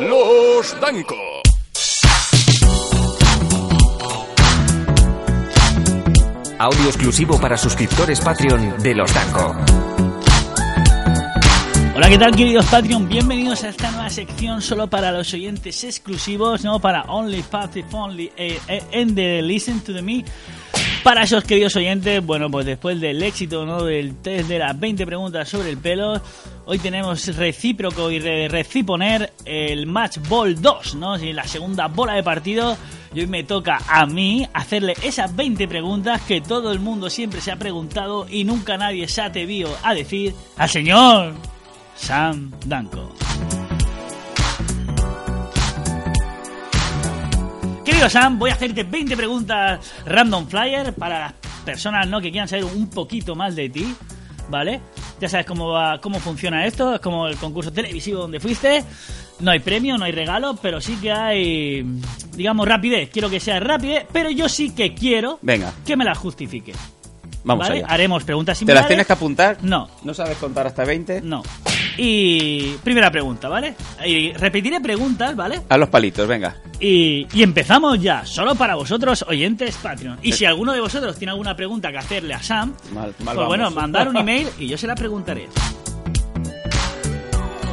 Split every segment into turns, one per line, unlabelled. Los Danco.
Audio exclusivo para suscriptores Patreon de Los Danco.
Hola, ¿qué tal, queridos Patreon? Bienvenidos a esta nueva sección solo para los oyentes exclusivos, no para Only Patreon, Only eh, eh, en the Listen to the Me. Para esos queridos oyentes, bueno, pues después del éxito ¿no? del test de las 20 preguntas sobre el pelo, hoy tenemos recíproco y re- reciponer el Match Ball 2, ¿no? Sí, la segunda bola de partido. Y hoy me toca a mí hacerle esas 20 preguntas que todo el mundo siempre se ha preguntado y nunca nadie se ha atrevido a decir al señor Sam Danko. Querido Sam, voy a hacerte 20 preguntas random flyer para las personas ¿no? que quieran saber un poquito más de ti, ¿vale? Ya sabes cómo va, cómo funciona esto, es como el concurso televisivo donde fuiste. No hay premio, no hay regalo, pero sí que hay, digamos, rapidez. Quiero que sea rapidez, pero yo sí que quiero
Venga.
que me la justifique.
Vamos
¿vale?
allá.
Haremos preguntas
¿Te
similares.
las tienes que apuntar?
No,
¿No sabes contar hasta 20?
no. Y primera pregunta, ¿vale? Y repetiré preguntas, ¿vale?
A los palitos, venga.
Y, y empezamos ya, solo para vosotros, oyentes Patreon. Y si alguno de vosotros tiene alguna pregunta que hacerle a Sam,
Mal- mal
pues
vamos.
bueno, mandar un email y yo se la preguntaré.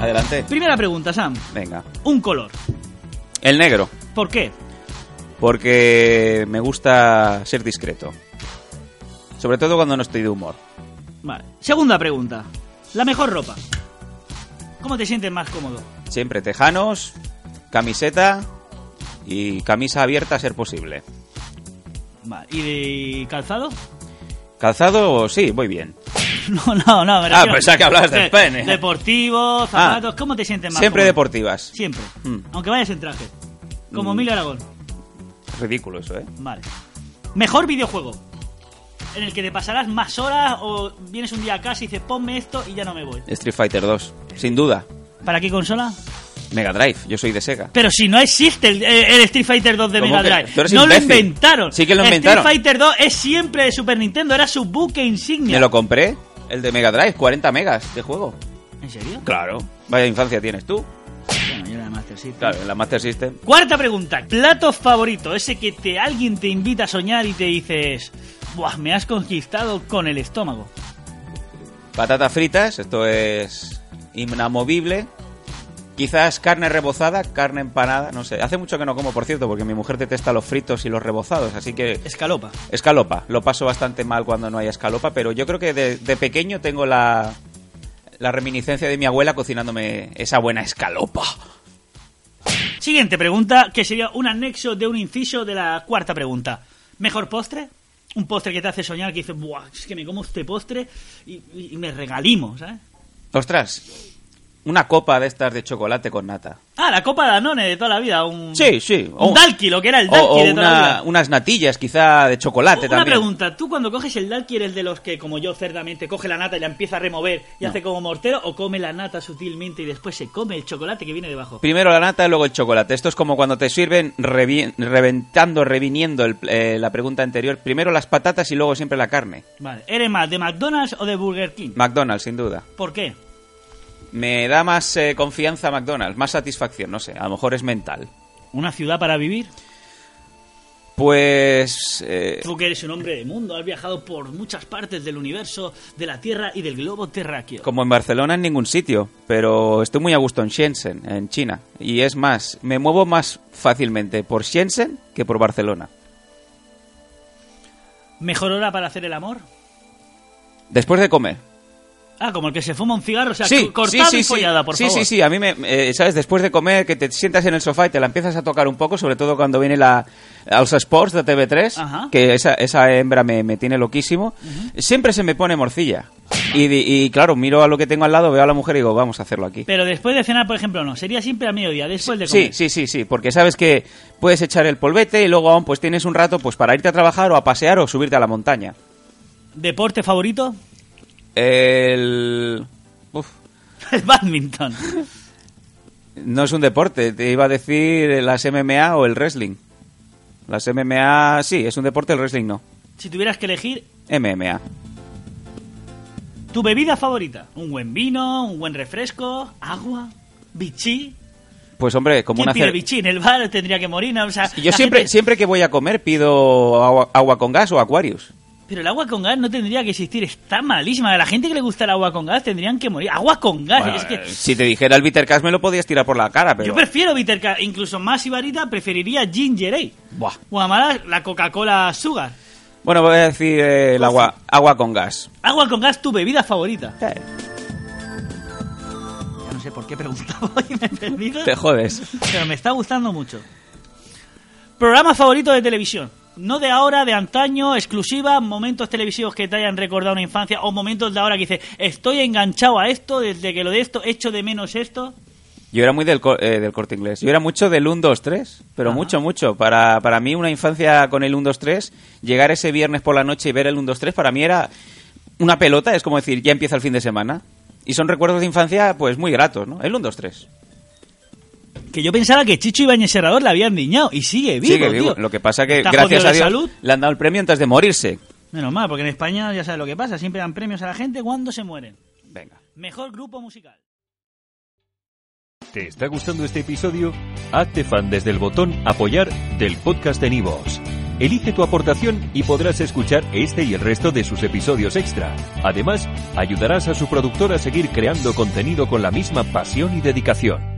Adelante.
Primera pregunta, Sam.
Venga.
Un color.
El negro.
¿Por qué?
Porque me gusta ser discreto. Sobre todo cuando no estoy de humor.
Vale. Segunda pregunta. La mejor ropa. ¿Cómo te sientes más cómodo?
Siempre tejanos, camiseta y camisa abierta a ser posible.
Vale. ¿Y de calzado?
Calzado, sí, voy bien.
No, no, no. me
Ah,
refiero-
pensaba que hablabas del
Eh,
pene. Ah.
Deportivo, zapatos. ¿Cómo te sientes más
Siempre
cómodo?
deportivas.
Siempre.
Mm.
Aunque vayas en traje. Como
Mm.
Emilio Aragón.
Ridículo eso, ¿eh?
Vale. Mejor videojuego. En el que te pasarás más horas o vienes un día a casa y dices, ponme esto y ya no me voy.
Street Fighter 2, sin duda.
¿Para qué consola?
Mega Drive, yo soy de Sega.
Pero si no existe el, eh, el- el Street Fighter 2 de
¿Cómo
Mega
que?
Drive.
Tú eres
no lo
imbécil.
inventaron.
Sí que lo inventaron.
Street Fighter 2 es siempre de Super Nintendo, era su buque insignia.
Me lo compré, el de Mega Drive, 40 megas de juego.
¿En serio?
Claro. Vaya infancia tienes tú.
Bueno, yo era de Master System.
Claro, en la Master System.
Cuarta pregunta. Plato favorito, ese que te, alguien te invita a soñar y te dices, Buah, me has conquistado con el estómago.
Patatas fritas, esto es inamovible. Quizás carne rebozada, carne empanada, no sé. Hace mucho que no como, por cierto, porque mi mujer detesta los fritos y los rebozados, así que...
Escalopa.
Escalopa. Lo paso bastante mal cuando no hay escalopa, pero yo creo que de, de pequeño tengo la, la reminiscencia de mi abuela cocinándome esa buena escalopa.
Siguiente pregunta, que sería un anexo de un inciso de la cuarta pregunta. ¿Mejor postre? Un postre que te hace soñar, que dices, Buah, es que me como este postre y, y- y me regalimo, ¿sabes?
Ostras, una copa de estas de chocolate con nata.
Ah, la copa de Danone de toda la vida. Un,
Sí, sí.
Un Dalki, lo que era el Dalki
o- o
de toda la
una-
vida.
unas natillas, quizá de chocolate
Una
también.
pregunta, ¿tú cuando coges el Dalki eres de los que, como yo cerdamente, coge la nata y la empieza a remover y
No.
hace como mortero o come la nata sutilmente y después se come el chocolate que viene debajo?
Primero la nata, luego el chocolate. Esto es como cuando te sirven revi- reventando, reviniendo el- eh, la pregunta anterior. Primero las patatas y luego siempre la carne.
Vale, ¿eres más de McDonald's o de Burger King?
McDonald's, sin duda.
¿Por qué?
Me da más eh, confianza McDonald's, más satisfacción, no sé. A lo mejor es mental.
¿Una ciudad para vivir?
Pues... eh,
Tú que eres un hombre de mundo, has viajado por muchas partes del universo, de la Tierra y del globo terráqueo.
como en Barcelona en ningún sitio, pero estoy muy a gusto en Shenzhen, en China. Y es más, me muevo más fácilmente por Shenzhen que por Barcelona.
¿Mejor hora para hacer el amor?
Después de comer.
Ah, como el que se fuma un cigarro, o sea, co- cortada y follada, por
sí,
favor.
Sí, sí, a mí me, eh, ¿sabes? Después de comer, que te sientas en el sofá y te la empiezas a tocar un poco, sobre todo cuando viene la Alsa Sports de TV3,
Ajá.
que esa, esa hembra me, me tiene loquísimo, siempre se me pone morcilla. Y, di- y claro, miro a lo que tengo al lado, veo a la mujer y digo, vamos a hacerlo aquí.
Pero después de cenar, por ejemplo, no. Sería siempre a mediodía, después de
Sí,
comer.
sí, sí, sí, porque sabes que puedes echar el polvete y luego aún pues tienes un rato pues para irte a trabajar o a pasear o subirte a la montaña.
¿Deporte favorito?
El... Uf,
El badminton.
no es un deporte, te iba a decir las MMA o el wrestling. Las MMA sí, es un deporte, el wrestling no.
Si tuvieras que elegir
MMA.
tu bebida favorita, un buen vino, un buen refresco, agua, bichí.
Pues hombre, como
¿Quién
una
pide
cer-
bichí? En el bar tendría que morir, ¿no? O sea, la
Yo siempre,
gente-
siempre que voy a comer pido agua, agua con gas o Aquarius.
Pero el agua con gas no tendría que existir, está malísima. A la gente que le gusta el agua con gas tendrían que morir. Agua con gas,
Bueno,
es que...
eh, Si te dijera el bitter Cash me lo podías tirar por la cara, pero...
Yo prefiero Viterca, incluso más Ibarita, preferiría Ginger Ale.
Buah.
O amara la Coca-Cola Sugar.
Bueno, voy a decir eh,
Pues
el agua, agua con gas.
Agua con gas, tu bebida favorita.
Eh,
Ya no sé por qué preguntaba y me he perdido.
Te jodes.
Pero me está gustando mucho. Programa favorito de televisión. No de ahora, de antaño, exclusiva, momentos televisivos que te hayan recordado una infancia o momentos de ahora que dices, estoy enganchado a esto, desde que lo de esto, echo de menos esto.
Yo era muy del, co- eh, del corte inglés. Yo era mucho del 1, 2, 3. Pero mucho, mucho. Para, para mí, una infancia con el 1, 2, 3, llegar ese viernes por la noche y ver el 1, 2, 3, para mí era una pelota. Es como decir, ya empieza el fin de semana. Y son recuerdos de infancia, pues muy gratos, ¿no? El 1, 2, 3.
Que yo pensaba que Chicho Ibañez Serrador la habían niñado y sigue vivo.
Sigue vivo.
tío.
Lo que pasa que,
Está
gracias
jodido
a
de
Dios,
salud.
le han dado el premio antes de morirse.
Menos mal, porque en España ya sabes lo que pasa, siempre dan premios a la gente cuando se mueren.
Venga.
Mejor grupo musical.
¿Te está gustando este episodio? Hazte fan desde el botón Apoyar del podcast de Nivos. Elige tu aportación y podrás escuchar este y el resto de sus episodios extra. Además, ayudarás a su productor a seguir creando contenido con la misma pasión y dedicación.